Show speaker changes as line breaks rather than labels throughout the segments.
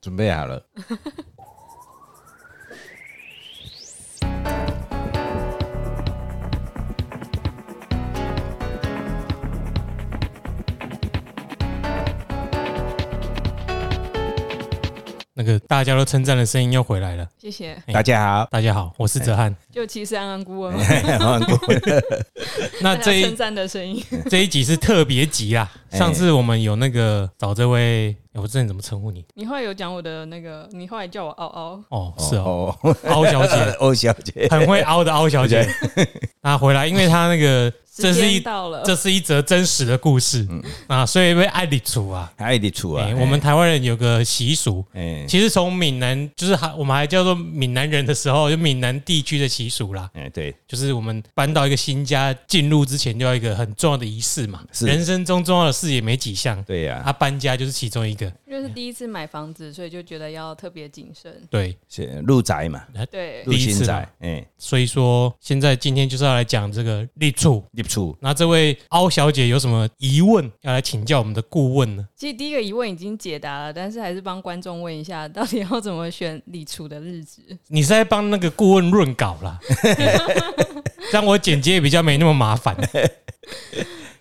准备好了。
那个大家都称赞的声音又回来了。
谢谢，
哎
大家 好，
大家好，我是哲翰。
就其实安安顾问嘛，
欢迎各位
那哎
哎大家
这
称
一
赞的声音，
这一集是特别集啦。
哎
上次我们有那个找这位，哎我之前怎么称呼你？
你后来有讲我的那个，你后来叫我嗷嗷，
哦，是哦，哎
哦，哦
凹小 姐，
欧小姐，
很会凹的凹小姐。那回来，因为她那个这
时
是一
间到嗯了，
这是一则真实的故事啊，所以被爱理处啊。
还有你处啊
哎，，我们台湾人有个习俗，
嗯
哎
其实从闽南就是还我们还叫做闽南人的时候，就闽南地区的习俗啦。
哎对，
就是我们搬到一个新家进入之前，就要一个很重要的仪式嘛。
是
人生中重要的事也没几项，
对呀、
啊，搬家就是其中一个。
因为是第一次买房子，所以就觉得要特别谨慎。
对，
是入宅嘛，
对，
入
第一
新
次
宅
嘛，
哎，
所以说现在今天就是要来讲这个立处。
入处，
那这位凹小姐有什么疑问要来请教我们的顾问呢？
其实第一个疑问已经解答了，但是还是帮观众问一下，到底要怎么选礼厨的日子？
你是在帮那个顾问润稿 啦，这样我剪接也比较没那么麻烦。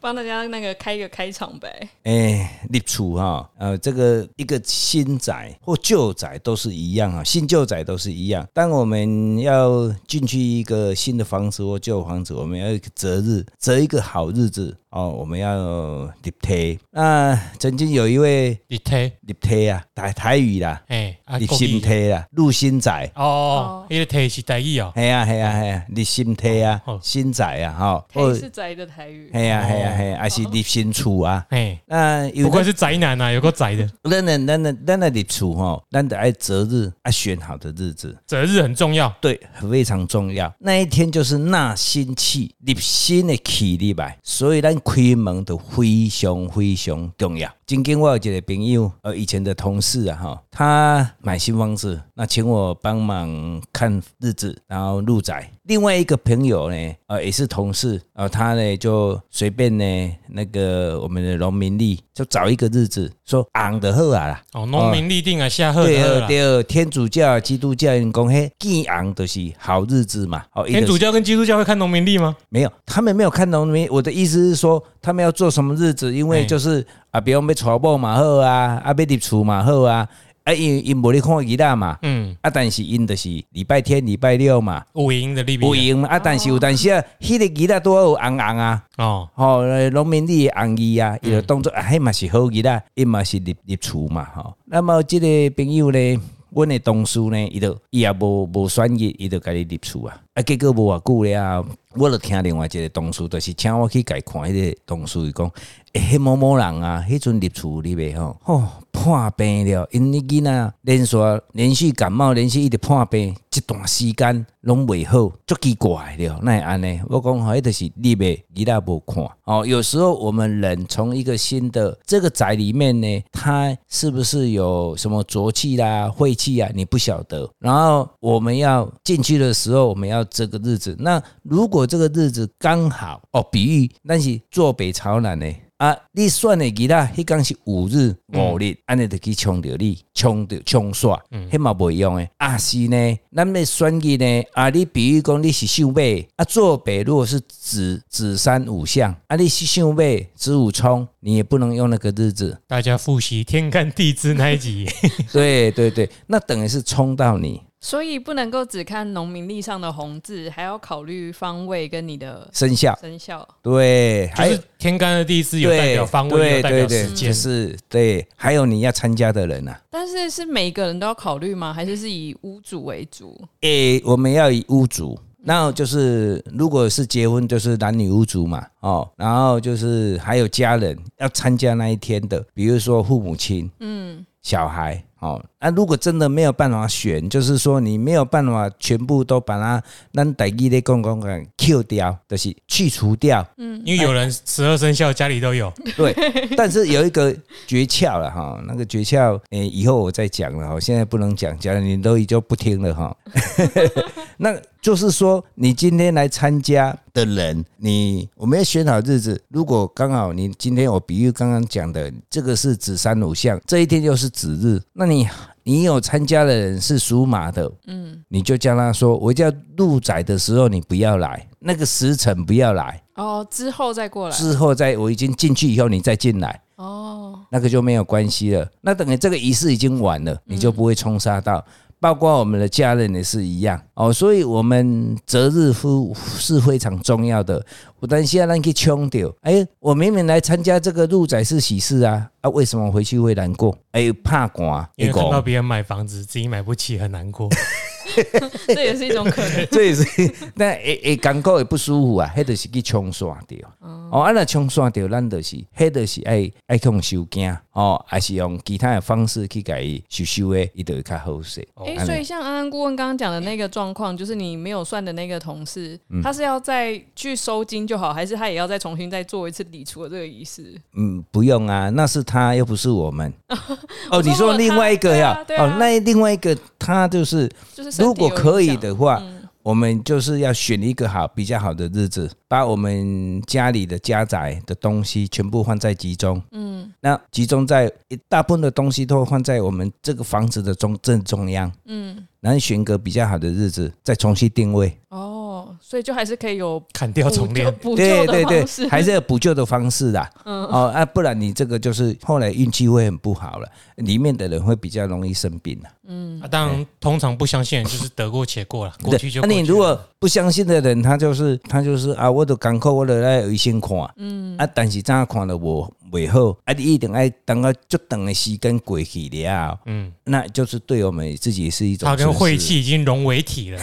帮大家那个开一个开场呗。
哎，入处哈，呃，这个一个新宅或旧宅都是一样啊，新旧宅都是一样。当我们要进去一个新的房子或旧房子，我们要择日，择一个好日子哦，我们要立贴。那曾经有一位
你推，
立贴啊，台台语啦，
哎，啊
立新
推
贴啦，入新宅。
哦，那个推是台语哦，
系啊系啊系啊，立新贴啊
哦，
新宅啊吼，
台是哦宅的台语，
系啊系啊系啊，还是立新厝啊。
哎，
那有
不
的
愧是宅男啊，有个宅的。
咱的咱的咱的立厝吼，咱得爱择日，爱选好的日子，
择日很重要。
对，非常重要。那一天就是纳新气，立新的气入来，所以咱开门都非常非常重要。今天我有一个朋友，呃，以前的同事啊，哈，他买新房子，那请我帮忙看日子，然后入宅。另外一个朋友呢，呃，也是同事，呃，他呢就随便呢，那个我们的农民历就找一个日子，说昂的好啊啦，
哦，农民立定啊，下赫
对
的赫
二
啦。
对二，天主教、基督教人讲嘿，祭昂就是好日子嘛。哦，
天主
一个是
教跟基督教会看农民历吗？
没有，他们没有看农民。我的意思是说，他们要做什么日子？因为
哎
就是、啊，比如要娶某嘛好啊，啊要立厝嘛好啊，啊因因无咧看其他嘛，
嗯，
啊但是因就是礼拜天、礼拜六嘛，
五营的历
有
比啊。
闲嘛啊但是有但是啊，迄、个其他都有红红啊。
哦，
吼、呃农民历红衣啊，伊就当做啊，迄嘛是好日啦，伊嘛是立立厝嘛，吼、那么即个朋友咧，阮的同事呢，伊就伊也无无选日，伊就家己立厝啊。啊，结果无偌久了，我就听另外一个同事，就是请我去家看迄个同事伊讲，诶、迄某某人啊，迄阵立厝立袂吼，吼、破病了，因迄囡仔连续连续感冒，连续一直破病，一段时间拢袂好，足奇怪了，那安尼，我讲吼，迄就是立袂，伊拉无看哦。有时候我们人从一个新的这个宅里面呢，它是不是有什么浊气啦、晦气啊，你不晓得。然后我们要进去的时候，我们要这个日子。那如果这个日子刚好哦，比喻那是坐北朝南呢。啊，你算的其他，迄工是五日、
嗯
五日，安尼、就去冲着你，冲着冲煞，迄嘛袂用的。啊是呢，咱咧选举呢，啊你比如讲你是秀尾，啊做北如果是子子山五象，啊你是秀尾子午冲，你也不能用那个日子。
大家复习天干地支那一 集。
对对对，那等于是冲到你
所以不能够只看农民历上的红字，还要考虑方位跟你的
生肖，
生肖。
对，
就
还有
是天干的地支有
对
代表方位，有
对
代
对
表
对
时，
就
间。
是对，还有你要参加的人啊。
但是是每个人都要考虑吗？还是是以屋主为主？
诶、我们要以屋主，那就是如果是结婚，就是男女屋主嘛，哦，然后就是还有家人要参加那一天的，比如说父母亲，嗯，小孩，哦，那如果真的没有办法选，就是说你没有办法全部都把它咱台语咧讲讲讲 Q 掉，就是去除掉，
因为有人十二生肖家里都有，
对，但是有一个诀窍了哈，那个诀窍，诶、以后我再讲了哈，现在不能讲，讲了你都已经不听了哈。 那就是说，你今天来参加的人，你我们要选好日子。如果刚好你今天我比喻刚刚讲的，这个是子三五象，这一天又是子日，那你你有参加的人是属马的，嗯，你就叫他说，我叫入载的时候你不要来，那个时辰不要来，
哦，之后再过来
之后再我已经进去以后你再进来，
哦，嗯
那个就没有关系了。那等于这个仪式已经完了，你就不会冲杀到。包括我们的家人也是一样哦，所以我们择日夫是非常重要的。我担心啊，让去冲掉。哎，我明明来参加这个入宅式喜事啊，啊，为什么回去会难过？哎，怕寒，
因为
会
看到
寒
别人买房子，自己买不起，很难 过。
这也是一种可能。
这也是，那会会感觉会不舒服啊，迄就是去冲刷掉。哦，啊，若冲刷掉，咱就是，迄就是爱爱去用收惊哦，还是用其他的方式去甲伊收收的，伊就会较好势。
哎、
安尼
所以像安安顾问刚刚讲的那个状况，就是你没有算的那个同事，
嗯
他是要再去收金就好，还是他也要再重新再做一次理除的这个仪式？
嗯，不用啊，那是他，又不是我们。哦，
我
你说
他
另外一个呀？
对啊对啊
哦，那另外一个他就是，
就是身体
如果
有
可以
影响嗯
的话，我们就是要选一个好比较好的日子，把我们家里的家宅的东西全部放在集中。嗯，那集中在一大部分的东西都放在我们这个房子的中正中央。嗯，然后选个比较好的日子，再重新定位。
哦，所以就还是可以有
砍掉重
补救
练，
补
对
救
对
的
对
方式，，嗯
还是有补救的方式啦。哦啊，不然你这个就是后来运气会很不好了，里面的人会比较容易生病了。
啊当然，通常不相信人就是得过且过了，过去就
那、
过
你
去
如
了。
果不相信的人，他就是他就是啊，我都港口，我都来有医生看，嗯啊，但是怎看了我袂好，啊，你一定爱等到足长的时间过去了，嗯，那就是对我们自己是一种
它啊跟
损失
晦气已经融为一体了，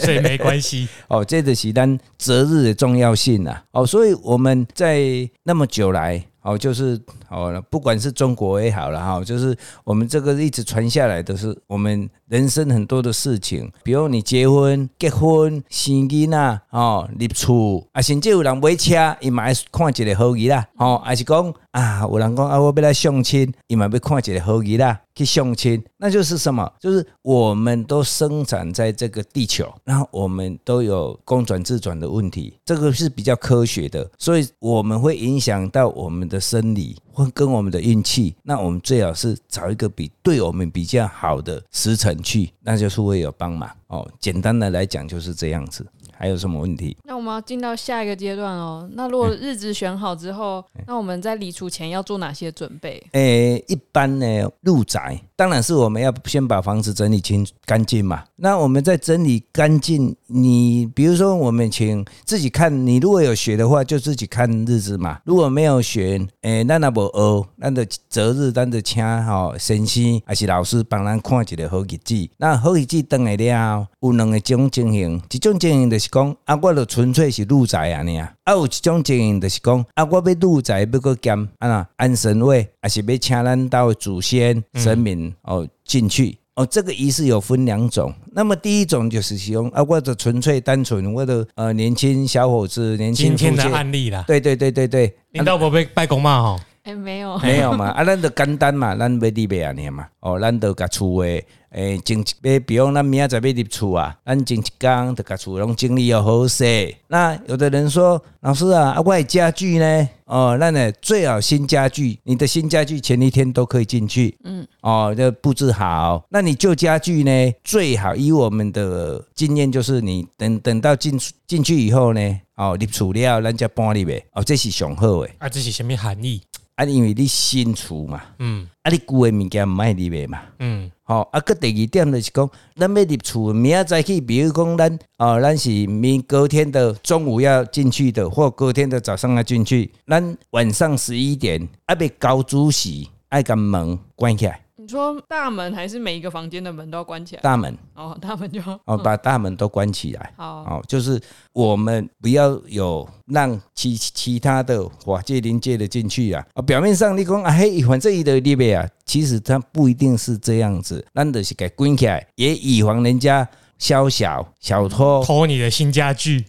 所以没关系。
哦，这就是咱择日的重要性啊。哦，所以我们在那么久来，哦，就是哦，不管是中国也好了哈、就是我们这个一直传下来的是我们人生很多的事情，比如你结婚、结婚、生囡仔哦、立厝啊，甚至有人买车，伊嘛要看一个好日啦，哦，还是讲啊，有人讲啊，我要来相亲，伊嘛要看一个好日啦。去相亲，那就是什么？就是我们都生长在这个地球，然后我们都有公转自转的问题，这个是比较科学的，所以我们会影响到我们的生理，会跟我们的运气。那我们最好是找一个比对我们比较好的时辰去，那就是会有帮忙哦。简单的来讲就是这样子。还有什么问题？
那我们要进到下一个阶段哦。那如果日子选好之后，
哎
那我们在离除前要做哪些准备？
诶、一般呢，入宅当然是我们要先把房子整理清干净嘛。那我们在整理干净，你比如说我们请自己看，你如果有学的话，就自己看日子嘛。如果没有学，诶、咱那无学，咱就择日咱就请吼、先生还是老师帮咱看一个好日子。那好日子等来了，有两个种情形，一种情形就是讲啊，我就纯粹是入宅安尼啊，啊有一种情形就是讲啊，我要入宅要搁兼啊呐安神位，还是要请咱到祖先
嗯
神明、哦进去。哦，这个仪式有分两种。那么第一种就是使用啊，我就纯粹单纯我的呃年轻小伙子、年轻
今
夫
天的
妻
案例啦，
对对对对对，
领导伯被拜公骂吼，
哎、没有，
没有嘛，啊，咱就简单嘛，咱要入买安尼嘛，哦，咱就甲厝诶，诶，整一，比如咱明仔载要入厝啊，咱整一工就甲厝拢整理要好势。那有的人说，老师啊，啊，我的家具呢？哦，咱呢最好新家具，你的新家具前一天都可以进去，嗯，哦，就布置好。那你旧家具呢，最好以我们的经验就是，你等等到进进去以后呢，哦，入厝了，咱才搬入呗，哦，这是上好诶，
啊，这是什么含义？
啊，因为你新厝嘛。
嗯
啊，你旧的物件毋爱入去嘛。
嗯，
吼、啊，个第二点就是讲，咱要入厝，明仔早起，比如讲咱哦，咱是明隔天的中午要进去的，或隔天的早上要进去，咱晚上十一点啊，被高主席爱甲门关起来，
你说大门还是每一个房间的门都要关起来？
大门
哦，大门就好。
哦，把大门都关起来。
好，
哦，就是我们不要有让其其他的法界临界的进去啊。啊，表面上你讲啊嘿，反正伊的立备啊，其实它不一定是这样子，咱就是给关起来，也以防人家宵小小偷
偷你的新家具，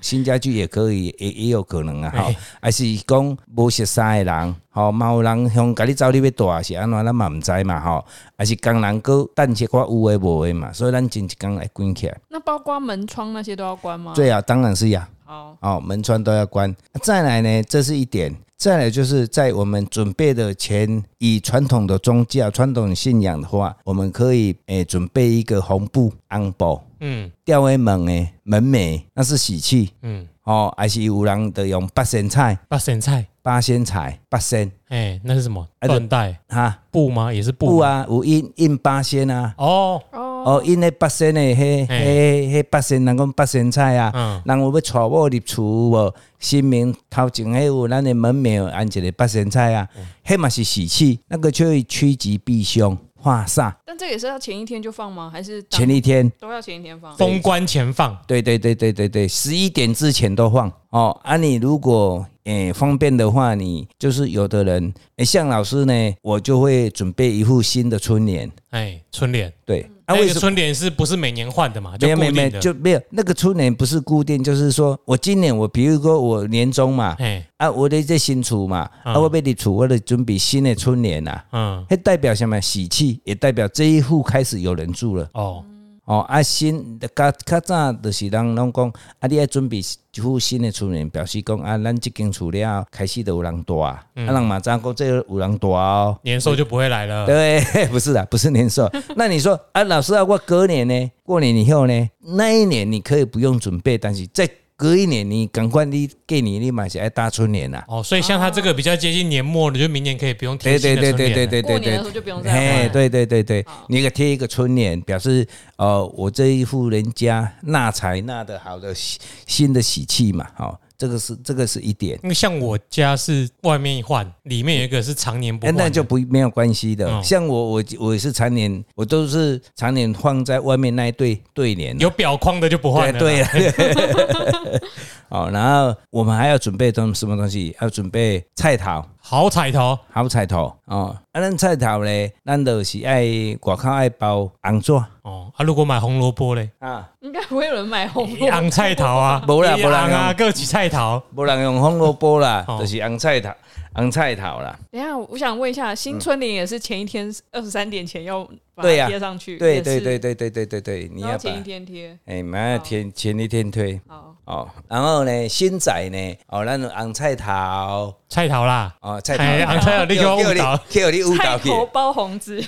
新家具也可以， 也也有可能啊。吼
哎，
还是讲无熟悉的人，吼，嘛有人向甲你走你要大是安怎，咱嘛毋知嘛吼。还是工人哥等些我有诶无诶嘛，所以咱真一工来关起来，
那包括门窗那些都要关吗？
最好当然是呀、啊
好，
哦，门窗都要关。再来呢，这是一点。再来就是在我们准备的前，以传统的宗教、传统信仰的话，我们可以诶、准备一个红布、红布
嗯
吊在门诶门楣，那是喜气
嗯，
哦，还是有人的用八仙菜、
八啊神菜，
八仙菜、八仙
哎，那是什么？
哎
缎带
哈
布吗？也是
布
布。
啊，有印印八仙啊，
哦，
哦，
哦，因为八仙的迄迄迄八仙，人讲八仙菜啊，
嗯
人有要娶某入厝有无？新明头前迄有咱的门面有安一个八仙菜啊，迄嘛是喜气，那个就会趋吉避凶化煞。
但这个也是要前一天就放吗？还是当
前一天，
都要前一天放？
封关前放。
对对对对对对，十一点之前都放哦。啊，你如果诶、方便的话，你就是有的人，诶、像老师呢，我就会准备一副新的春联。
哎，春联，
对，啊，
那
为
个
什么？
春联是不是每年换的嘛？啊就
没有
固
没有没
定
有
的。
就没有那个春联不是固定，就是说我今年我比如说我年终嘛，
哎，
啊我的这新厝嘛，
嗯
啊我要入厝，我得准备新的春联啦、
嗯，
那代表什么喜气，也代表这一户开始有人住了
哦，
哦。啊新，较较早就是人拢讲，啊你要准备一户新的春联，表示讲啊咱这间厝了开始就有人住，啊
嗯
人嘛知影讲这有人住哦。
年兽就不会来 了。
对，不是的，不是年 兽。那你说啊，老师啊，我隔年呢，过年以后呢，那一年你可以不用准备，但是再隔一年，你赶快你给你立马起来大春联啦、啊
哦，所以像他这个比较接近年末的，就明年可以不用
对
贴新
对
的
对对
春联
对对
了。
对
过年的
对
时候。就不用再放
哎，
了。哦
对对对对
好，
你给贴一个春联，表示呃，我这一户人家纳财纳的好的喜新的喜气嘛，好、这个是这个是一点，
因为像我家是外面一换，里面有一个是常年不
哎
换的。
那就不没有关系的。
哦
嗯
像我我我也是常年，我都是常年放在外面那一对对联啊，
有表框的就不换了。
对，对了，哦，然后我们还要准备东什么东西？要准备菜头、
好彩头，
好菜头哦。啊，咱菜头咧，咱就是爱外口爱包红纸
哦，啊，如果买红萝卜 嘞，
啊，
应该不会有人买红
哎
萝卜。
红菜头啊，
没啦没啦嗯
红啊，各几菜头，
无人用红萝卜啦，
哦
就是红菜头、红菜头啦。
等一下，我想问一下，新春联也是前一天二十三点前要把
对呀
它贴上去，
对
也
对
是
对，对对对对对，你
然
要
后
把
前一天贴。
哎，马上前前一天推
好，
哦。然后呢，新仔呢，哦，咱有红菜头。
菜头啦，
哦，菜
哎
头，
红菜头你给我误导
给我你误导
菜
去。
头包红子，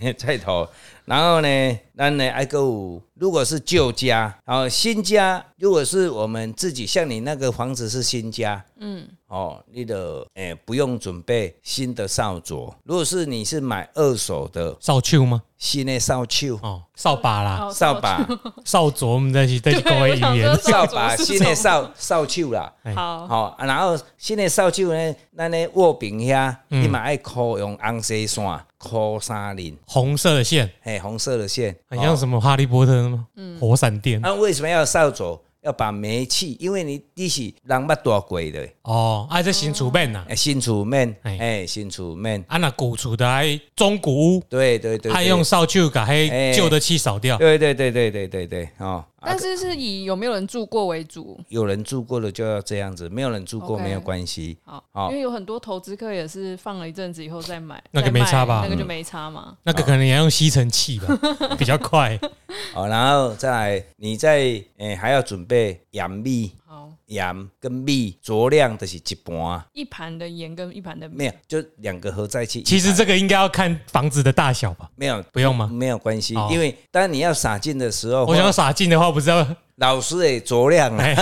哎 菜头，然后呢，咱呢还有，如果是旧家，然后新家，如果是我们自己，像你那个房子是新家，嗯，哦，你的诶、不用准备新的扫帚，如果是你是买二手的
扫帚吗？
新的扫帚、
哦，扫把啦，
哦
扫把、
扫嗯帚，我们在一起在一起
对
搞
我
语
想
言
说。
扫
扫帚哦
把、
是
新
什
的
么
扫扫帚啦，
好，
好、啊然后新的扫帚呢，咱的握柄遐，
嗯
你嘛爱箍用红色线箍三零，
红色的线，
嘿，红色的线，
很像什么哈利波特吗？
嗯
火闪电
那、啊为什么要扫帚？要把煤气，因为你你是人捌大过的，
哦，啊，这新储备呐，
哦
哎，新厝面，
哎
哎，新厝面，
啊，那古厝的还中古屋，
对对对，
还
对
用，扫帚把黑
哎
旧的气扫掉。
对对对对对对对，哦，啊
但是是以有没有人住过为主，
有人住过的就要这样子，没有人住过
OK
没有关系，哦
好，
好
因为有很多投资客也是放了一阵子以后再买，
那个
再卖
没差吧
那个就
嗯
没差嘛。
那个可能也要用吸尘器吧，比 较快。
哦，然后再来，你再哎还要准备盐米、
好，
盐跟米，酌量的是一盘，
一盘的盐跟一盘的
没有就两个合在一起，
其实这个应该要看房子的大小吧，
没有
不用吗？
没有关系
哦，
因为当你要撒进的时候，
我想要撒进的话，不 知道，
老师也酌量了，
哎，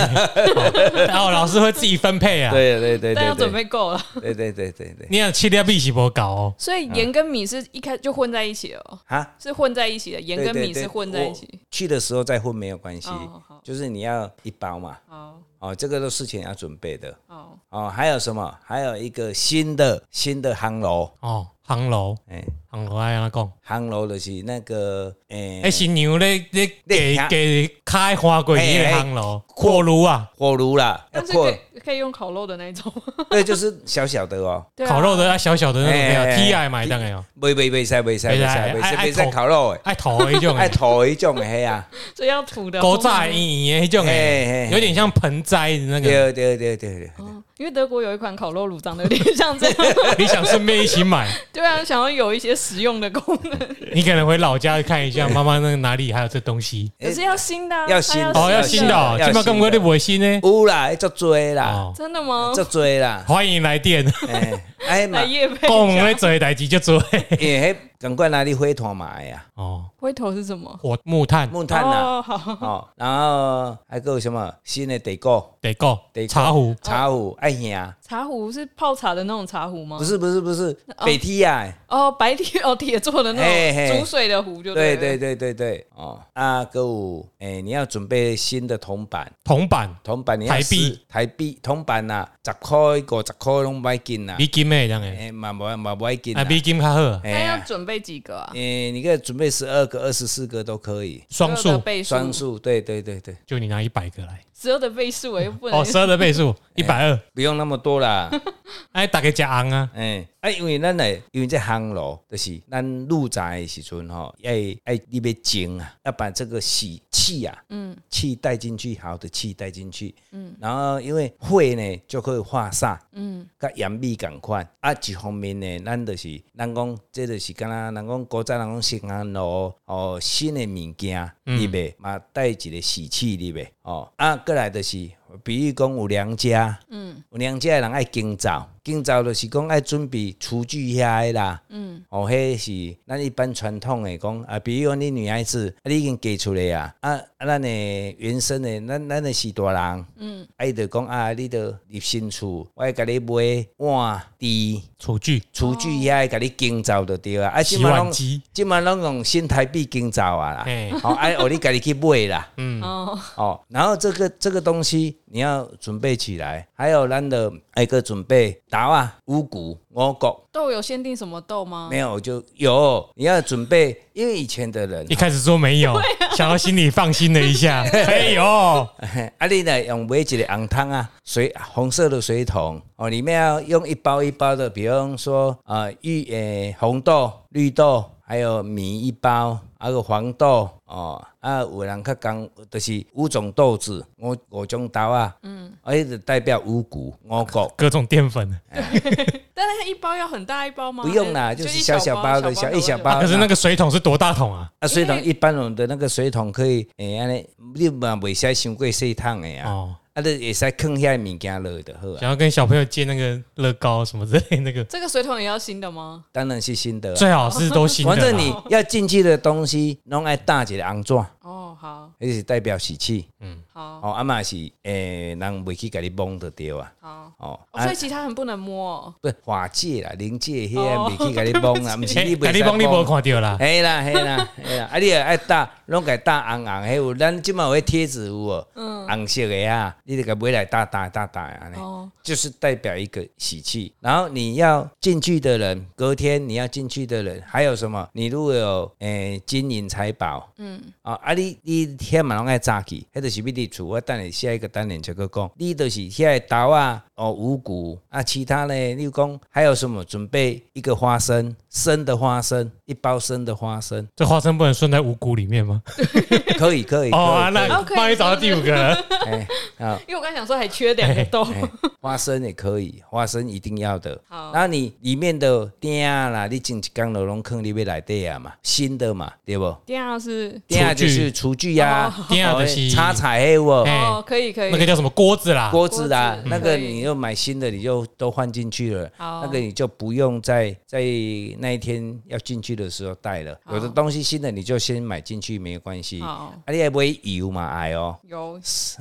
然后哦老师会自己分配啊。
对对对对，
但要准
对
备够了，
对对对对对，
你想气量必须不搞哦，
所以
嗯
盐跟米是一开就混在一起了哦，
哈，
是混在一起的，盐
对
跟
对
米
对
是混在一起。
我去的时候再混没有关系
哦好，
就是你要一包嘛，
好，
哦，这个都事情要准备的。
好，
哦，还有什么？还有一个新的新的航楼，
哦，行楼，
哎，
行楼爱安讲，
航楼就是那个，哎
哎，，新娘咧咧
你
给
听
给开花过
哎
去
哎
行楼过炉啊，
火炉啦，要
但是可
扩，
以可以用烤肉的那一种，
对，就是小小的哦，
对啊
烤肉的啊小小的那种没
哎哎
有
哎
，T I 买单没有，
袂袂袂使袂使袂使
不可以
袂
爱
使
爱
袂使
烤
烤肉的，
哦爱头的那种 的
爱，土的迄种的嘿啊，
所以要土的。
狗炸硬硬的那种
哎哎
哎
哎，
有点像盆栽的那个。
对对对对对，
哦因为德国有一款烤肉乳长得有点像这样，
你想顺便一起买，
对啊，想要有一些实用的功 能，
你可能回老家看一下妈妈那个哪里还有这东西。
可是要新的、啊，
要新的
它
哦，要新的哦，
要
今
新的啊
麦跟我的微信 呢？
有啦，足多啦，
哦，
真的吗？
足多啦，
欢迎来电，
哎，哎嘛
来，夜配
讲
一
咧
下，
做的代志就做的。
也迄赶快拿你火炭买呀，
哦，
龟头是什么？
火木炭、
木炭啦，
哦，好，
哦，然后还有什么新的地沟、
得够
地、沟
茶壶，
茶壶、哎呀，
茶壶是泡茶的那种茶壶吗？
不是不是不是，北梯啊，
哦，白铁哦，铁做的
嘿
那
嘿
种煮水的壶，就
对
对
对
了
对对对，哦，啊，还有，哎，你要准备新的铜板。
铜板、
铜板你要
台币
十台币铜板啊，十块五十块拢买紧啦，
美金的这样诶，
哎嘛无嘛买紧
啊，
啦，
美金较好，
哎
那要
呀，
准备几个啊？
哎，你可以准备十二个、二十四个都可以，
双
12的
数
倍数，
双数，对对对对，
就你拿一百个来，
十二的倍数，我又不能
哦，十二的 倍数
哎
一百二，
不用那么多啦，
哎，大概加昂啊，
哎，啊，因为咱嘞，因为这行路就是咱入宅的时阵吼，哎哎，你要精啊，要把这个喜气啊，嗯，气带进去，好的气带进去，嗯，然后因为火呢就可以化煞，嗯，甲盐米共款，啊，一方面呢，咱就是咱讲，这就是敢若人讲古早人讲新安路哦，新的物件入呗，嘛带一个喜气入呗，哦，啊，过来就是。比如讲有娘家，嗯，有娘家的人爱敬灶，敬灶就是讲爱准备厨具遐的啦，嗯，哦，迄是咱一般传统的讲啊，比如讲你女孩子，啊、你已经嫁出来啊，啊，啊，咱的原生的，咱咱的是大人，嗯，啊，伊就讲啊，你着入新厝，我会甲你买碗、碟、
厨具、
厨具遐，甲你敬灶就对啊，啊，
洗
摆
碗
拢
机，
即满拢用新台币敬灶啊啦，
哎，
哦，啊，哦，你家己去买啦。
哦，
哦，然后这个这个东西你要准备起来，还有咱的挨个准备豆啊、五谷、五谷，
豆有限定什么豆吗
没？有就有，你要准备，因为以前的人
一，开始说没有，想要心里放心了一下， 哎呦，
啊，你呢用买一个红汤啊，水红色的水桶哦，里面要用一包一包的，比方说啊、呃玉诶、红豆、绿豆，还有米一包，还有黄豆哦，啊有人较讲就是五种豆子，五五种豆啊，嗯，而且代表五谷、五谷。
各种淀粉，
哎
但是它一包要很大一包吗？
不用啦，
还
就是
一
小
小
包的小一小。包。
可是那个水桶是多大桶啊？
啊，水桶一般用的那个水桶可以，哎、安尼你嘛袂使伤过细桶的啊，
哦，
啊，你会使放遐物件落就好啊。
想要跟小朋友借那个乐高什么之类那个，
这个水桶也要新的吗？
当然是新的、啊，
最好是都新的
反
啦。
正你要进去的东西，拢爱搭一个红纸，
哦，好
那是代表喜气。
好
哦，啊嘛是，诶、人袂去甲你蒙就对啊。
好。
哦，
哦
啊
所以，其他人不能摸哦。
不是法界啦，灵界迄
哦
个袂去甲你蒙啊，毋是你
哎
袂
你
使
帮你无
蒙。
看到啦，
嘿啦嘿啦嘿啦，啊你也爱搭，拢甲搭红红，嘿有咱即满有迄贴纸有无？红色的啊，你就甲买来搭搭搭搭安尼，
哦，
就是代表一个喜气。然后你要进去的人，隔天你要进去的人，还有什么？你如果有诶、金银财宝，嗯啊啊你你天嘛拢爱早起，迄就是要伫厝，我等下下一个单元再个讲，你就是遐个豆啊哦五谷啊，其他呢，例如讲还有什么？准备一个花生，生的花生，一包生的花生。
这花生不能顺在五谷里面吗？
可以可以可以
哦，
可
啊
以
那
可以
帮你找到第五个了，
哎啊，
因为我刚想说还缺两个豆。
哎花生也可以，花生一定要的。
好
那你里面的鼎啊啦，你进一缸的拢坑里面来底啊嘛，新的嘛，对不？
第二是
鼎啊就是厨具呀，
第二
哦
的啊是
叉彩黑我
哎
哦，可以可以
那。个叫什么锅子啦，
锅子啊
锅，子
那个
可以
你又买新的，你就都换进去了，
好
那个你就不用在在那一天要进去的时候带了。
好
有的东西新的你就先买进去没有关系，啊，
好，
你还买油嘛爱哦，
有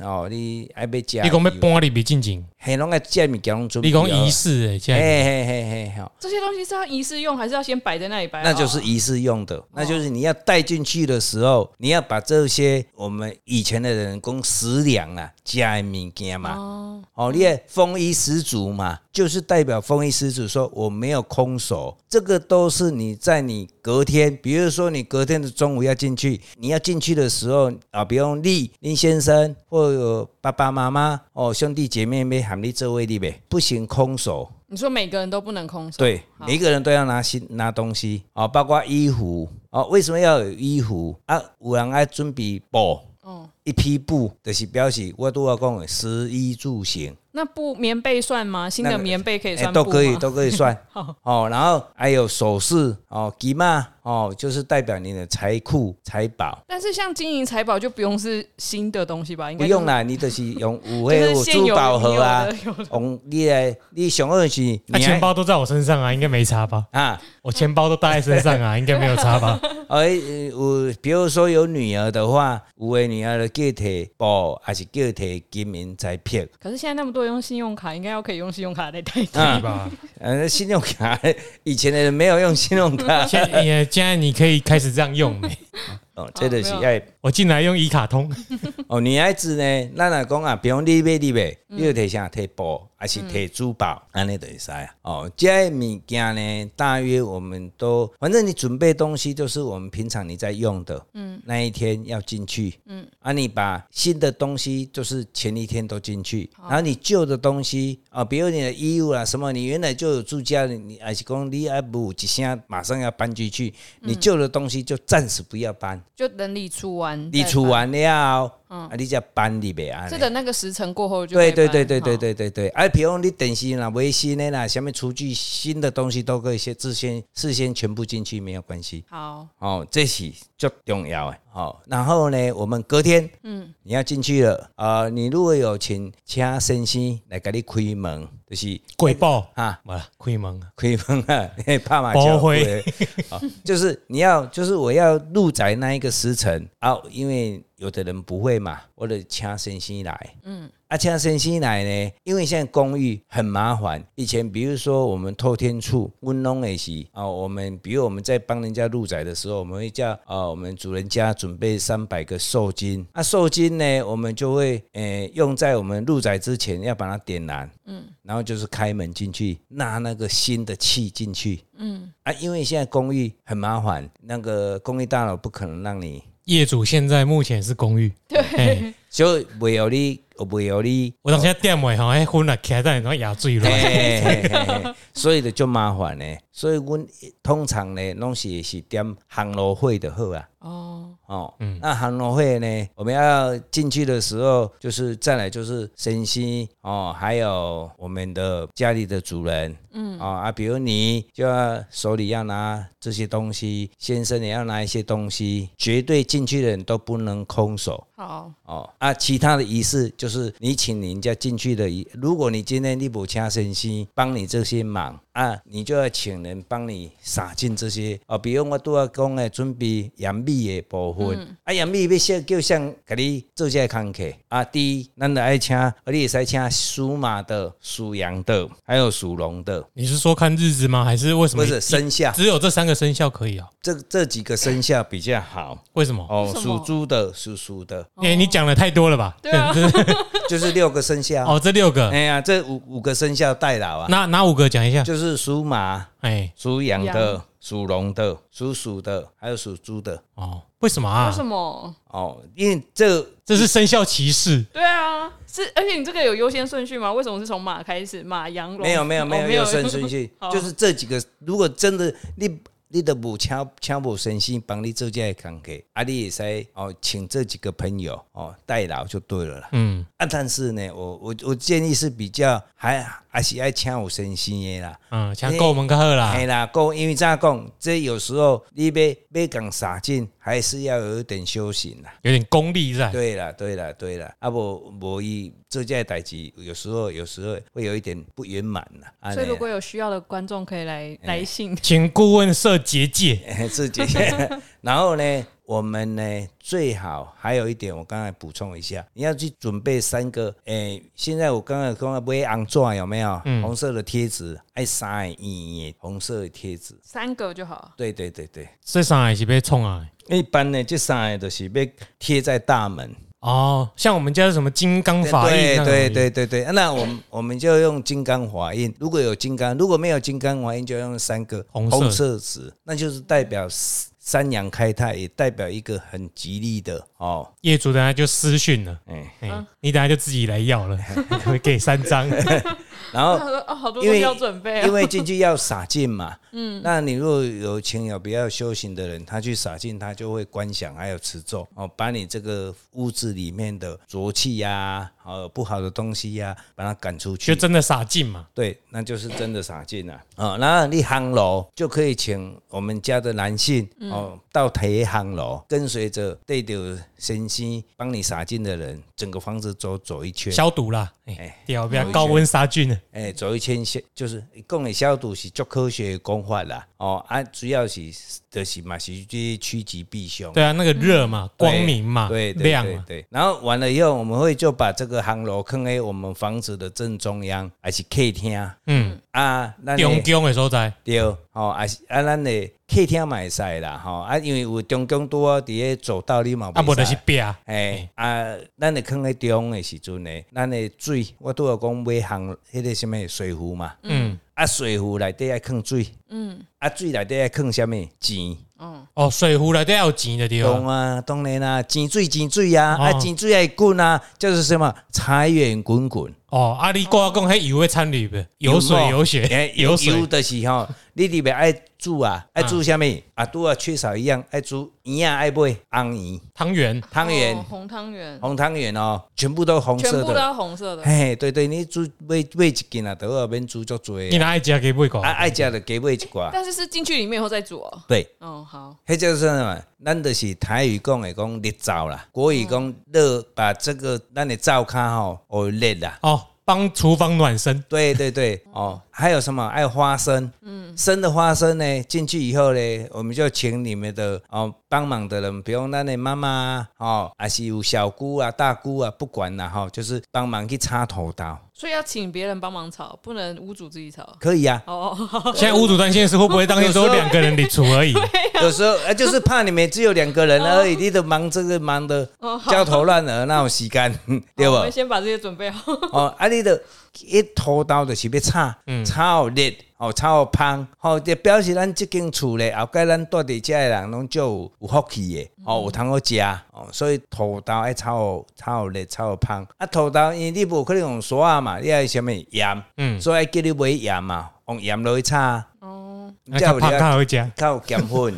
哦你还要加
你
油，
讲要搬里比进前，
嘿，拢爱遮物件拢准备
你
好。
讲仪式哎，现在
嘿嘿嘿嘿，好，
这些东西是要仪式用，还是要先摆在那里摆好？哦
那就是仪式用的，那就是你要带进去的时候，你要把这些我们以前的人讲食粮啊，加的物件嘛，
哦，
哦，你也丰衣食足嘛，就是代表丰衣食足，说我没有空手，这个都是你在你隔天，比如说你隔天的中午要进去，你要进去的时候啊，比如你林先生或有爸爸妈妈哦兄弟姐妹们喊你这位你呗，不行空手。
你说每个人都不能空手。
对，
好
每一个人都要拿新拿东西哦，包括衣服哦。为什么要有衣服啊？有人爱准备布，
哦，
一一匹布，就是表示我都要讲的食衣住行，
那布棉被算吗？新的棉被可以
哎、
算布
都
吗？
可以都可以算
好。
哦，然后还有首饰哦，吉嘛哦，就是代表你的财库财宝。
但是像金银财宝就不用是新的东西吧？应
不
该就是
用啊啦，你就是 用有
就
迄
是
有
现有
珠宝盒啊
已经有的有，
用你来，你上好是你
那、
还
钱包都在我身上啊，应该没差吧？
啊，
我哦钱包都带在身上啊，应该没有差吧？
而哎有比如说有女儿的话，有的女儿就叫摕布，还是叫摕金银财票，
可是现在那么多人用信用卡，应该要可以用信用卡来代替。
可以
啊，
吧？
呃，信用卡以前的人没有用信用卡
，现也现在你可以开始这样用、欸
哦，这就是
啊
没有
爱
我进来用一卡通，
哦，女孩子呢，咱若讲啊，比如你买你买，你要摕啥摕布，还是摕珠宝，安尼就会使啊。哦，这些物件呢，大约我们都，反正你准备东西就是我们平常你在用的，嗯，那一天要进去，嗯，啊，你把新的东西就是前一天都进去，然后你旧的东西啊、哦，比如你的衣物啊什么，你原来就有住家，你还是讲你啊不一声马上要搬进去，你旧的东西就暂时不要搬，
就等理出完，
你出，完了后，啊，你再搬你袂安尼
是。等那嗯个时辰过后就可以
对对
搬
对对对
好
对对对，哎、比如你电视啦、微新的啦，什么厨具新的东西都可以先事先事先全部进去没有关系。
好，
哦，这是最重要的。哦，然后呢，我们隔天，嗯，你要进去了，呃，你如果有请请先生来给你开门，就是
鬼报
啊，
完了，亏蒙啊，
开门啊，嘿拍麻
包
将
会
对啊，就是你要，就是我要入宅那一个时辰啊，因为有的人不会嘛，我得请先生来，嗯，啊，请先生来呢，因为现在公寓很麻烦，以前比如说我们透天处温龙也是啊，我们比如我们在帮人家入宅的时候，我们会叫啊，我们主人家准备三百个寿金，啊，寿金呢，我们就会呃用在我们入宅之前要把它点燃，然后就是开门进去，纳那个新的气进去。嗯啊，因为现在公寓很麻烦，那个公寓大楼不可能让你，
业主现在目前是公寓，对，
所以没有你，没有你，
我当时店尾吼，哎，昏了，卡在你那牙醉了，
嘿嘿嘿嘿所以就就麻烦呢。所以阮通常呢，拢是是点航路费就好啊。
哦，
哦，那航龙会呢？我们要进去的时候，就是再来就是神西哦，还有我们的家里的主人，嗯，哦啊，比如你就要手里要拿这些东西，先生也要拿一些东西，绝对进去的人都不能空手。
好，
哦啊，其他的仪式就是你请人家进去的仪，如果你今天你不请神仙帮你这些忙啊，你就要请人帮你撒进这些哦，比如我都要讲的准备盐米的部分，
嗯
啊盐米要先叫像给你做这个工课啊，第一，咱就爱请，啊你也使请属马的、属羊的，还有属龙的，
你是说看日子吗？还是为什么？
不是生肖，
只有这三个生肖可以啊？
这这几个生肖比较好
为什么？
哦，
为什
属
么
猪的、属鼠的，
哎、你讲的太多了吧？
对 啊
这这
就是六个生肖。
哦，这六个，
哎呀，这五五个生肖代劳啊，
哪哪五个讲一下？
就是属马、
哎、
属羊的
羊、
属龙的、属鼠的，还有属猪的。
哦，为什么啊
为？什么？
哦，因为这
这是生肖歧视。
对啊，是而且你这个有优先顺序吗？为什么是从马开始？马羊龙
没有没有没
哦
有有顺顺序
好，
就是这几个。如果真的你你的母亲请无神仙帮你做这个工作，啊，你也使哦，请这几个朋友哦代劳就对了啦。
嗯，
啊，但是呢，我我我建议是比较还还是爱请有神仙的啦。
嗯，像够我们个贺啦
哎、，啦，讲因为怎样讲，这有时候你要要讲洒进，还是要有一点修行啦。
有点功利在。
对啦，对啦，对啦，啊无无伊做这代志，有时候有时候会有一点不圆满啦。啊
所以如果有需要的观众可以来
哎
来信，
请顾问设结界。
自己， 然后呢，我们呢最好还有一点，我刚才补充一下，你要去准备三个。诶、现在我刚才刚刚不会昂抓有没有？红色的贴纸，爱三个圆的红色的贴纸。
三个就好。
对对对对，
这上海是被冲啊！
一般呢，这三个都是被贴在大门。
哦，像我们家什么金刚法印
对
那种
对对对对，那我们我们就用金刚法印，如果有金刚，如果没有金刚法印，就用三个
红色
色纸，那就是代表三阳开泰，也代表一个很吉利的哦。
业主等下就私讯了，
哎，
哎，你等下就自己来要了，可不可以给三张？
然后
他说哦，好多
因
东
为
西要准备
因
啊。
为进去要洒净 嘛，嗯，那你如果有情有比较有修行的人，他去洒净，他就会观想还有持咒哦，把你这个屋子里面的浊气呀，呃，不好的东西呀、把它赶出去。
就真的洒劲嘛。
对，那就是真的洒净了啊、哦！那你行楼就可以请我们家的男性哦，到台行楼，跟随着对着神仙帮你洒净的人，整个房子走走一圈。
消毒啦，哎
哎，
对啊，不要高温杀菌呢。
诶、走一圈消就是讲的消毒是足科学的讲法啦。哦啊，主要是就是嘛是去趋吉避凶。
对啊，那个热嘛，
对
光明嘛，
嗯对对
亮
对
嘛，
对。然后完了以后，我们会就把这个航楼坑在我们房子的正中央，还是客厅
嗯，
啊？那
中宫的所在，
对，吼、哦，啊是啊，咱的客厅嘛会使啦，吼、啊，因为有中间拄啊好伫咧走道里嘛，
啊，无就是壁，
哎啊，咱的坑咧中的时阵呢，咱的水，我拄要讲买行迄个什物水壶嘛，
嗯，
啊，水壶内底爱放水，
嗯，
啊，水内底爱放什物钱？
哦，水壶内底要有钱的地
懂
方，
啊，当然啦、钱水钱水啊，啊，
哦
钱水爱滚啊，就是什么财源滚滚。
哦，啊，你跟我讲，迄油会掺里边，有水有
哎
血，
有
有
油
水，
就是吼，你里面爱煮啊，爱煮什么啊？拄啊缺少一样，爱煮鱼啊，爱买红鱼、
汤圆，
汤圆
哦、红汤圆，
红汤圆哦，全部都红
全
色
部都
的。哎
要红色的。
嘿，对对，你煮买买一斤啊，都要免煮足多
你
的。
拿爱家给不会讲
啊，，爱食就加买一寡。
但是是进去里面以后再煮哦。
对，
哦，好，
迄叫做什么？啊咱就是台语讲的讲日照啦，国语讲热，把这个咱的灶卡吼哦热啦。
哦，帮厨房暖身，
对对对，哦，还有什么？还有花生，嗯，生的花生呢，进去以后呢，我们就请你们的哦帮忙的人，比如咱的妈妈啊哦，还是有小姑啊、大姑啊，不管啦哈、哦，就是帮忙去插头刀，
所以要请别人帮忙炒，不能屋主自己炒。
可以啊。
哦，
现在屋主担心的是会不会当天只有两个人理厨 而已，
有时候啊，就是怕你们只有两个人而已，你都忙这个忙的
哦
焦头烂额那种时间， 对
好我
吧
们？先把这些准备好。
哦，啊，你的一拖刀就是要炒，
嗯
炒好热，哦，炒好香，哦，就表示咱即间厝咧，后盖咱住伫遮的人拢就有有福气的，哦，有通好食，哦，所以拖刀爱炒好，炒好热，炒好香。啊，拖刀因为你无可能用沙啊嘛，你爱啥物盐，
嗯，
所以叫你买盐嘛，用盐落去炒，
哦，
那较怕他回家，
较有咸分。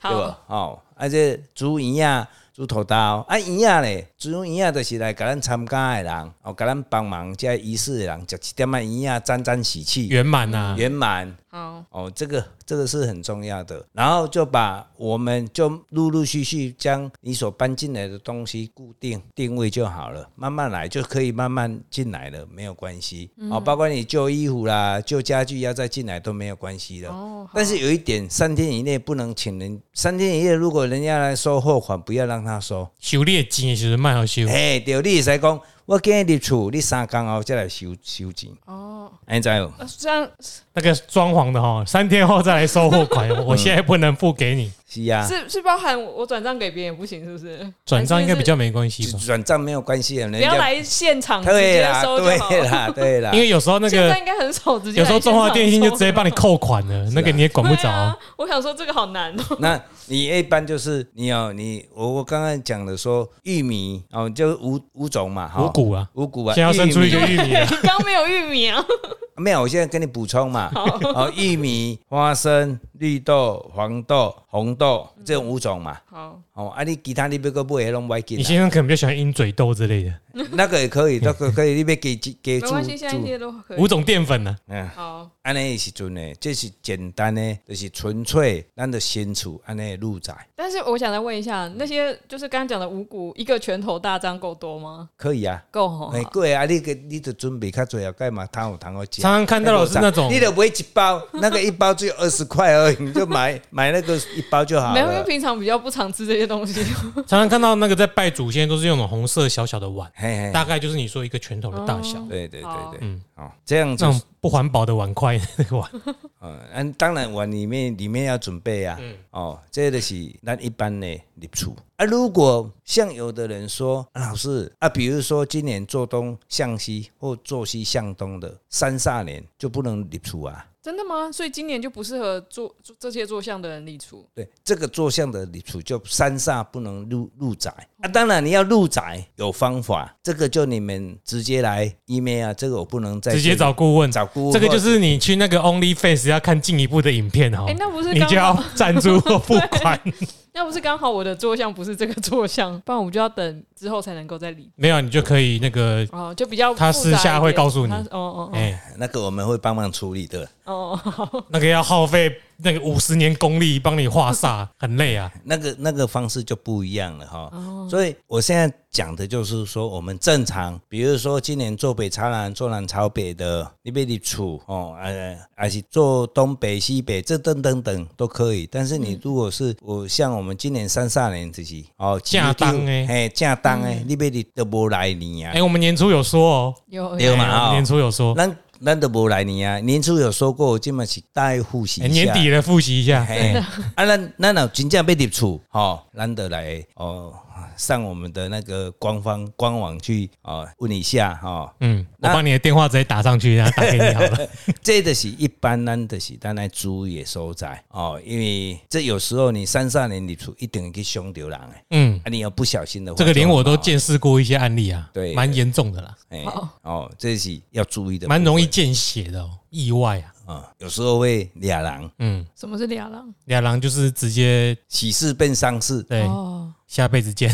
对
好
吧，？哦，啊，这煮鱼啊，煮土豆，啊，鱼啊咧，煮鱼啊，就是来甲咱参加的人，哦，甲咱帮忙这仪式的人，食一点仔鱼啊，沾沾喜气，
圆满啊呐，
圆满。
好，
哦，这个这个是很重要的，然后就把我们就陆陆续续将你所搬进来的东西固定定位就好了，慢慢来就可以慢慢进来了，没有关系。哦，
嗯
包括你旧衣服啦、旧家具要再进来都没有关系的。
哦，好
但是有一点，三天以内不能请人。三天以内，如果人家来收货款，不要让他收。
修炼钱的时候卖好修，
哎、对，你使讲，我今日入厝，你三天后再来收收钱，
哦，
安知无？
呃这样
那个装潢的哈，三天后再来收 货款，我我现在不能付给你，
是啊，
是是包含我我转账给别人也不行，是不是？
转账应该比
还是是
较没关系吧。
转账没有关系的，啊
不
人
要
家
来现场哦直
对
接
啦，
收就好。
对 啦，对啦，
因为有时候那
现
个
在应该很少直接
有
来现场收。
时候中华电信就直接帮你扣款了，那个你也管不
对
着
啊。。我想说这个好难哦。
那你一般就是你有你我我刚刚讲的说玉米哦，就五五种嘛，哈
五谷啊，
五谷啊，
现在要生出一个
玉米
玉米了，
你刚没有玉米啊？
没有，我现在跟你补充嘛，哦，玉米、花生、绿豆、黄豆、红豆
嗯
这五种嘛，
好，
哦，啊，你其他你要个买拢买
你
给，
先生可能比较喜欢鹰嘴豆之类的，
那个也可以，那 个可以，你要给给
没
住
关系，现在一
住，
些都可
五
以。
种淀粉啊呢。
嗯，
好，
安尼的时阵呢，这是简单的，就是纯粹咱的先处安尼的路仔
但是我想再问一下，那些就是刚刚讲的五谷，一个拳头大张够多吗？
可以啊。
够吼。
哎，过啊，你个你得准备较济啊，干嘛汤有汤好食。
常常看到的是那种
你得买一 包，那个一包只有二十块而已，你就买买那个一包就好
没有，因为
了。
平常比较不常吃这些东西。
常常看到那个在拜祖先都是用那种红色小小的碗，
嘿嘿，
大概就是你说一个拳头的大
哦
小，
对对对
好
对，
嗯
哦，这样子
那，种不环保的碗筷那个碗。
嗯，嗯，当然碗里面里面要准备啊，
嗯
哦，这就是咱一般的立储啊。如果像有的人说，啊、老师啊，比如说今年做东向西或做西向东的三煞年就不能立储啊。
真的吗？所以今年就不适合做做这些做项的人立出。
对，这个坐向的处就三煞不能入入宅啊。当然你要入宅有方法，这个就你们直接来 email 啊，这个我不能再
直接找顾问。
找顾问，
这个就是你去那个 OnlyFans 要看进一步的影片哦
哎、，那不是
你
刚
就要
好，
赞助或付款。
那不是刚好我的坐向不是这个坐向，不然我就要等之后才能够再立。
没有，你就可以那 个，
哦，就比较
他私
复杂一
下会
点
告诉你
他哦哦哦
哎，
那个我们会帮忙处理的。
哦哦，好
那个要耗费那个五十年功力帮你画煞，很累啊。
那个那个方式就不一样了哈。所以我现在讲的就是说，我们正常，比如说今年做北朝南、做南朝北的，你别你处哦，呃，还是做东北、西北，这等等等都可以。但是你如果是我像我们今年三煞年自己哦，
正当的
哎，正当诶，你别你都无来年啊
哎，，我们年初有说哦，
有
对
哎我
嘛
们年
哦，
初有说，
咱咱都无来年啊。年初有说过，今嘛是大复习
哎
一下
年底了复习一下。
嘿，啊，咱咱若真正要入厝，吼、咱得来哦，上我们的那个官方官网去哦，问一下吼、
嗯，我把你的电话直接打上去，然后打给你好了。
这就是一般咱就是咱来注意的所在哦，因为这有时候你三三年入厝一定会去伤着人诶，
嗯，
啊，你要不小心的话，
这个连我都
就不好，
见识过一些案例啊，
对
蛮严重的啦，
哎
好
哦，这是要注意的部分，
蛮容易见血的哦，意外啊。
啊、有时候会俩人
嗯，
什么是俩郎？
俩狼就是直接
喜事变丧事，
对
哦，
下辈 子见。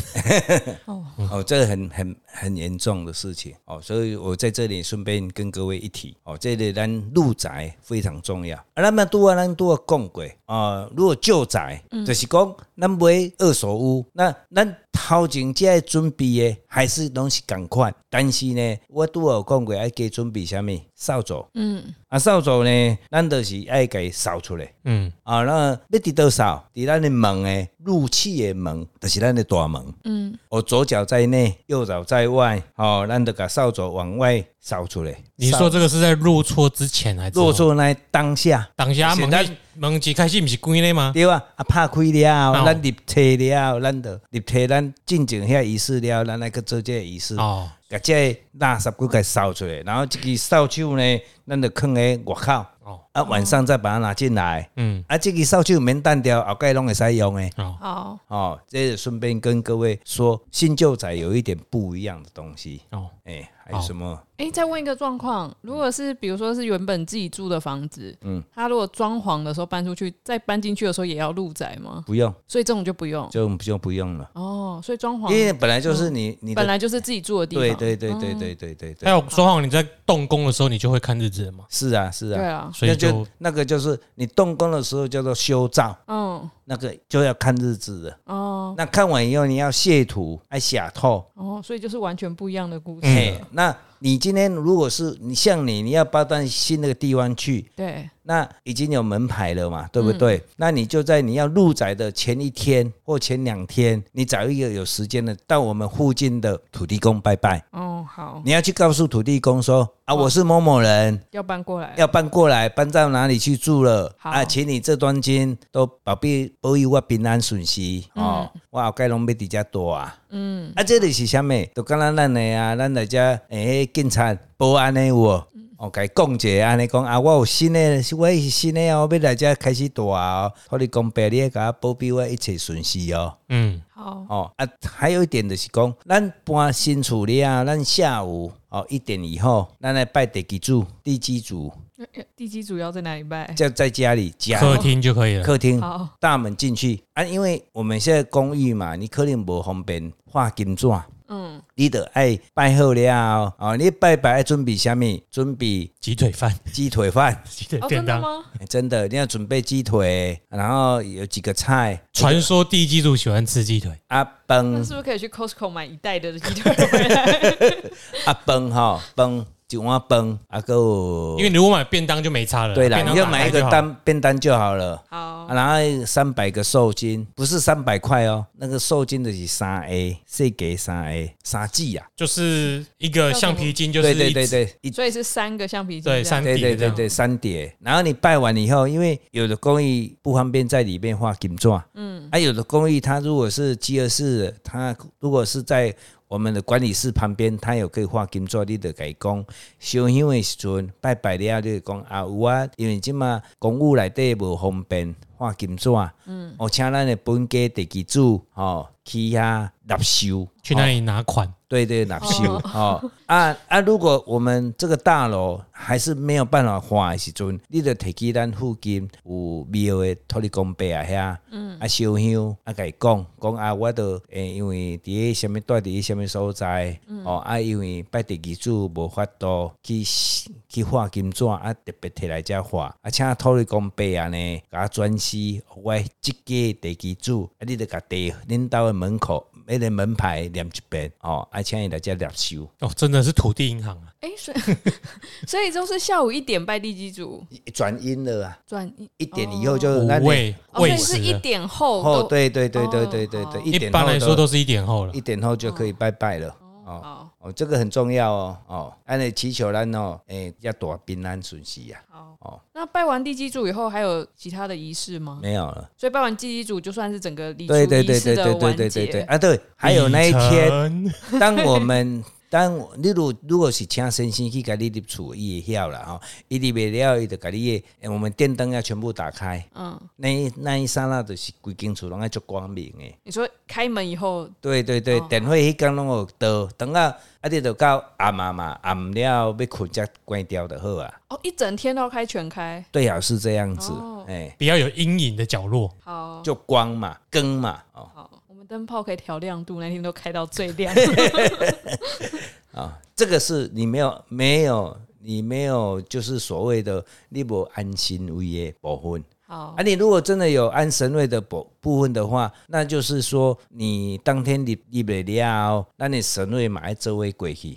哦，这个很很很严重的事情哦，所以我在这里顺便跟各位一提哦，这里咱入宅非常重要。啊，那么多啊，咱都要讲过啊、如果旧宅，就是讲咱买二手屋，那咱头前这些准备的还是拢是共款，但是呢，我都有讲过要加准备什么扫帚，
嗯，
啊，扫帚呢，咱就是爱给扫出来。
嗯，
啊，那要伫多少？伫咱的门诶，入气的门，就是咱的大门。嗯，哦，左脚在内，右脚在外，哦，咱就把扫帚往外扫出来。
你
扫
说这个是在入错之前还是之后
落座那当下，
当下
是
门
咱
一门一开始不是关的吗？
对吧？啊，拍开了，
哦
咱入车了，咱就入车，咱进行遐仪式了，咱来去做这个仪式，
哦，
把这个垃圾骨给扫出来，然后这个扫帚呢，咱就放喺外口。
哦
啊，晚上再把它拿进来。
嗯，
啊，这个扫帚免单啊掉，后盖拢会使用诶。
哦，
好，
哦，这顺便跟各位说，新旧宅有一点不一样的东西。
哦，
哎、还有什么？
哎、再问一个状况，如果是比如说是原本自己住的房子，嗯，他如果装潢的时候搬出去，再搬进去的时候也要入宅吗？
不用，
所以这种就不用
就就不用了，
哦。所以装
因
潢
为本来就是你、你
本
的，
来就是自己住的地方，
对对对对对对对
还
对，
有说谎，你在动工的时候你就会看日子了嘛，
是啊是
对
啊，
啊，
所
那
以
就
就
那个就是你动工的时候叫做修造，
嗯
那个就要看日子的。
哦
那看完以后你要卸土，还下透，
哦，所以就是完全不一样的故事
嗯
了，
哎、那你今天如果是你像你，你要搬到新那个地方去，
对，
那已经有门牌了嘛，对不对？那你就在你要入宅的前一天或前两天，你找一个有时间的，到我们附近的土地公拜拜。
哦好，
你要去告诉土地公说啊，我是某某人，
要搬过来，
要搬过来，搬到哪里去住了
好
啊？请你这段经都保庇保佑我平安顺心哦，我后盖拢要伫遮住啊。嗯，啊，这里是啥物？就敢若咱的啊，咱来遮诶，警察保安的有无？哦，该讲者安尼讲啊，我有新的，我是新的哦，要来遮开始住啊、哦，托你讲白，你要甲我保庇我一切顺心哦。
嗯，
好
哦啊，还有一点就是讲，咱搬新厝了，咱下午哦一点以后，咱来拜地基主、地基主，
呃呃地基主要在哪里拜？
就在家里家
客厅就可以了。
啊客厅
好
大门进去啊，因为我们现在公寓嘛，你可能无方便画金纸，
嗯
你得爱拜好了哦，你拜拜要准备什么？准备
鸡腿饭，
鸡腿饭，
鸡腿
哦
便
真的
当。
吗？
真的你要准备鸡腿，然后有几个菜
传说第一季主喜欢吃鸡腿，
啊
那
崩
是不是可以去 Costco 买一袋的鸡腿回来？
啊崩哈崩一碗崩啊个
因。为你如果买便当就没差了。
对了，
便
你
当
就
打
买
开
一个
好
单便当就好了。
好
啊，然后三百个寿金，不是三百块哦，那个寿金就是三 A，是给三 A 三 G 啊。
就是一个橡皮筋，就是
对
一
对对
直
对，一
所以是三个橡皮筋这样，
对三
对
叠
对
这
对
样
对三叠。然后你拜完以后，因为有的公寓不方便在里面画金砖，嗯，啊，有的公寓它如果是饥饿式，它如果是在我们的管理室旁边，他有可以画金纸，你就甲伊讲，烧香的时阵拜拜了，你就讲啊有啊，因为即马公务内底无方便画金纸，嗯，哦，请咱的本家地基主哦去遐纳修，
去那里拿款，
对对，纳修哦啊啊！如果我们这个大楼还是没有办法画的时阵，你就提起咱附近有庙的托你公伯啊遐，嗯，啊烧香啊，甲伊讲讲啊，我都诶、因为伫诶什物住伫诶什物所在，哦啊，因为拜地基主无法度去去画金纸啊，特别摕来遮画，啊，请托你公伯啊呢，甲转示我即个地基主，啊，你就甲地恁兜的门口。迄个门牌念一遍哦，啊，请伊来遮念收，
哦，真的是土地银行啊，
哎、所以所以 就是下午一点拜地基主
转音了啊，
转一
一点以后就呃那
五位
哦，所
位
以是一
时，
点后
哦，
都
对对对对
哦
对对对，
好
一
点
般
后
来说
就
都是一点后了
一。点后就可以拜拜了。哦
哦
哦，这个很重要哦哦，安尼祈求咱哦，诶，要大平安顺遂啊，
好
哦
那拜完地基主以后，还有其他的仪式吗？
没有了。
所以拜完地基主就算是整个礼俗
对对
仪
对
式
对
的
对对
完
对对对
结。
啊，对，还有那一天，
天，
当我们当我你如如果是请先生去甲你入厝，伊会晓啦吼，伊入袂了，伊就甲你的，诶我们电灯要全部打开，
嗯，
那一那一刹那就是规间厝拢爱足光明诶。
你说开门以后，
对对
哦
对，电话迄工拢有倒，等啊，啊你就到暗啊嘛，暗了要困才关掉就好啊。
哦，一整天都要开全开。
最好是这样子，哎、
哦
比较有阴影的角落，
好，
就光嘛，光嘛，哦
好，我们灯泡可以调亮度，那天都开到最亮。
啊、这个是你没有没有你没有就是所谓的你无安心为的部分。
好
啊，，你如果真的有安神位的部部分的话，那就是说你当天你你袂了，哦那你神位嘛要做位过去。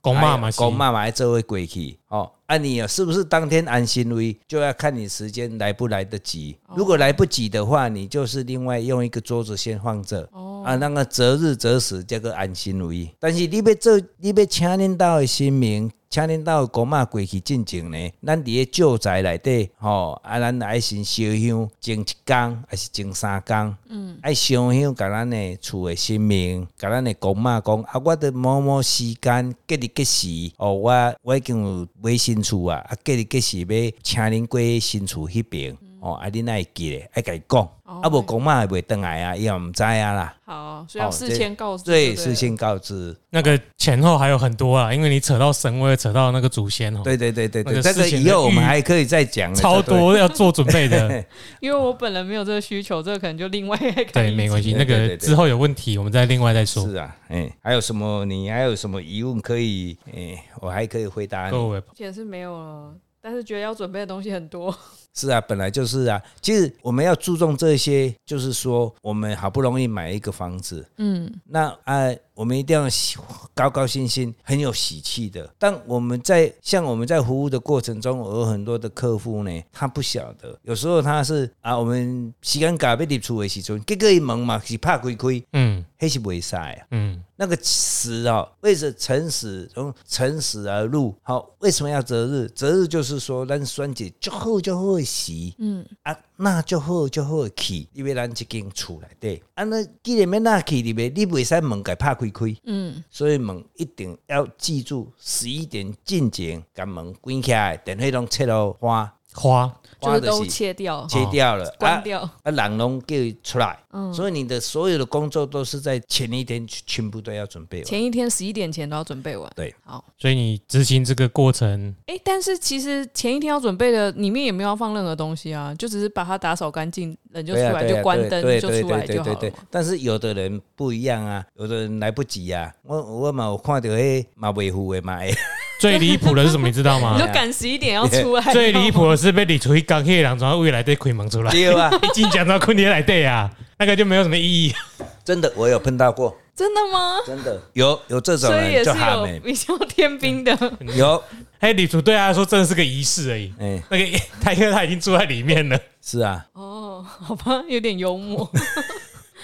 公妈嘛，
哎公，妈妈这位鬼去哦。啊，你有是不是当天安心为，就要看你时间来不来得及。如果来不及的话，你就是另外用一个桌子先放着。啊，那个择日择时叫做安心为。但是你要做，你要请恁兜的神明，请恁兜的公妈过去进前呢，咱伫咧旧宅内底吼，啊，咱爱先烧香，前一工还是前三工，嗯，爱烧香，甲咱的厝的神明，甲咱的公妈讲，啊，我伫某某时间吉日吉时，哦，我我已经有买新厝啊，啊，吉日吉时要请恁过新厝迄边。哦，啊，恁爱记咧，爱甲伊讲，啊，无公妈也袂倒来啊，伊也毋知啊啦。
好，所以要
哦
事
这
先告知就对
对，
了。
事先告知。
那个前后还有很多啊，因为你扯到神位，扯到那个祖先哦，
对对对对
那
对，
个
这个
事前
以
的
后我们
预
还可以再讲了。
超
这个
多要做准备 的。
因为我本人没有这个需求，这个可能就另外开。
对，没关系，
对
那
对
个
对对
之后有问题我们再另外再说
是。啊，哎、还有什么？你还有什么疑问可以？哎、我还可以回答你。
各位，
目前是没有了，但是觉得要准备的东西很多。
是啊，本来就是啊。其实我们要注重这些，就是说我们好不容易买一个房子，
嗯，
那啊，我们一定要喜高高兴兴，很有喜气的。但我们在像我们在服务的过程中，有很多的客户呢，他不晓得，有时候他是啊，我们时间赶要入厝的时阵，结果一问嘛是拍开开，
嗯
那是袂使啊。
嗯，
那个时啊、为着诚实，从诚实而入。好，为什么要择日？择日就是说，咱选择就好就好的时，嗯啊，那就好就好的去，因为咱即间厝内底，啊，那既然要那去里面，你袂使门给拍开开，嗯，所以门一定要记住十一点进前，把门关起来，电话拢切了花，
花
就
花
是
就
都
是
切掉，
切掉了，啊
关掉。嗯
啊，人拢叫伊出来，所以你的所有的工作都是在前一天全部都要准备完。
前一天十一点前都要准备完。
对，
好，
所以你执行这个过程，
哎、但是其实前一天要准备的里面也没有要放任何东西啊，就只是把它打扫干净，人就出
对啊
来，
对啊
就关灯
对
就
对
出
对
来
对
就好
对
了
对
嘛。
但是有的人不一样啊，有的人来不及啊。我我嘛有看到迄嘛维护的嘛，
最离谱的是什么，你知道吗
你就
啊
赶十一点要出 来，
最离谱的是被李楚一刚黑两从未来队亏蒙出来，
对啊，
一进讲到昆蝶来队啊，那个就没有什么意义。
真的我有碰到过，
真的吗？
真的有有这种
所以也
人
是
就喊
有比较天兵的，
欸有
哎，李楚对他来说真的是个仪式而已。
哎
那个 他因为他已经住在里面了，
是啊，
哦，好吧，有点 幽默。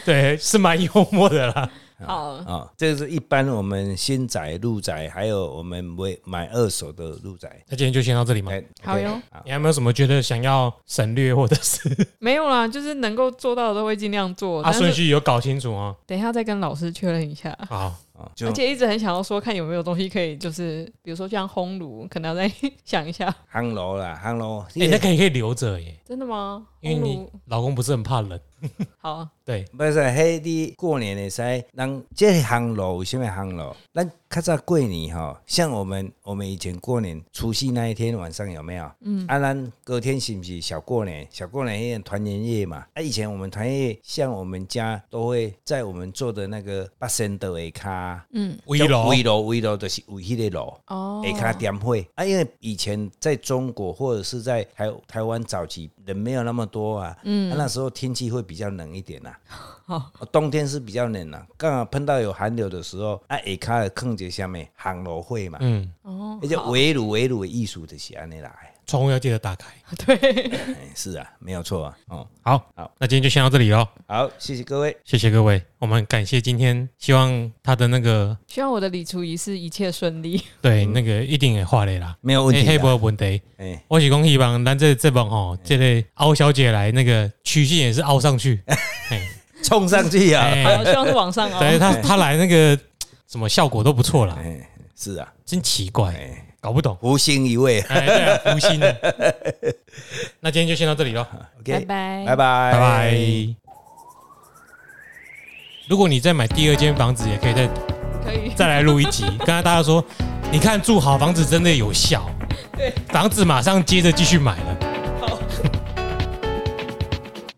对，是蛮幽默的啦。
好，
啊、这是一般我们新宅、入宅，还有我们买买二手的入宅。
那今天就先到这里嘛。
哎，
好哟
好
你还有没有什么觉得想要省略或者是
没有啦，就是能够做到的都会尽量做。
啊
但
顺
是
序有搞清楚哦？
等一下再跟老师确认一下。
好，
哦，就
而且一直很想要说，看有没有东西可以，就是比如说像烘炉，可能要再 想一下。
烘炉啦，烘炉，
哎、那个也可以留着耶，
真的吗？
因为
烘
你
炉
老公不是很怕冷，
好啊，
对，
不是，迄你过年的时候，咱这行路有什么行路？咱较早过年吼，像我们我们以前过年除夕那一天晚上有没有？嗯，啊，咱隔天是不是小过年？小过年一天团圆夜嘛。啊，以前我们团圆夜，像我们家都会在我们做的那个八仙桌的卡，
围楼
围炉围炉就是围迄个炉。
哦
会卡点会啊，因为以前在中国或者是在台台湾早期人没有那么多啊，嗯、那时候天气会比较冷一 点呐、
好
啊，冬天是比较冷啊，刚好碰到有寒流的时候，啊，下卡的坑节下面行路会嘛，
嗯，
哦，
而且
好
围炉围炉的艺术就是安尼来的，
窗户要记得打开。
对，
哎，是啊，没有错啊，哦，
好，
好，
那今天就先到这里喽，
好，谢谢各位，
谢谢各位，我们感谢今天，希望他的那个
希望我的礼厨仪式一切顺利。
对那个一定会化雷啦，
嗯没有问题
黑
的，
波问题。
哎，
我是讲希望咱这这帮吼，这类凹小姐来那个曲线也是凹 上去，
啊冲上去啊，
哎
好，希望是往上
对
哦。
她她来那个什么效果都不错啦，
哎，是啊，
真奇怪，
哎，
搞不懂。
无心一位
哎，对啊，无心的。那今天就先到这里喽，
，OK，
拜
拜拜，
拜拜。如果你再买第二间房子，也可以再
可以，
再来录一集。刚才大家说，你看住好房子真的有效，
对，
房子马上接着继续买了。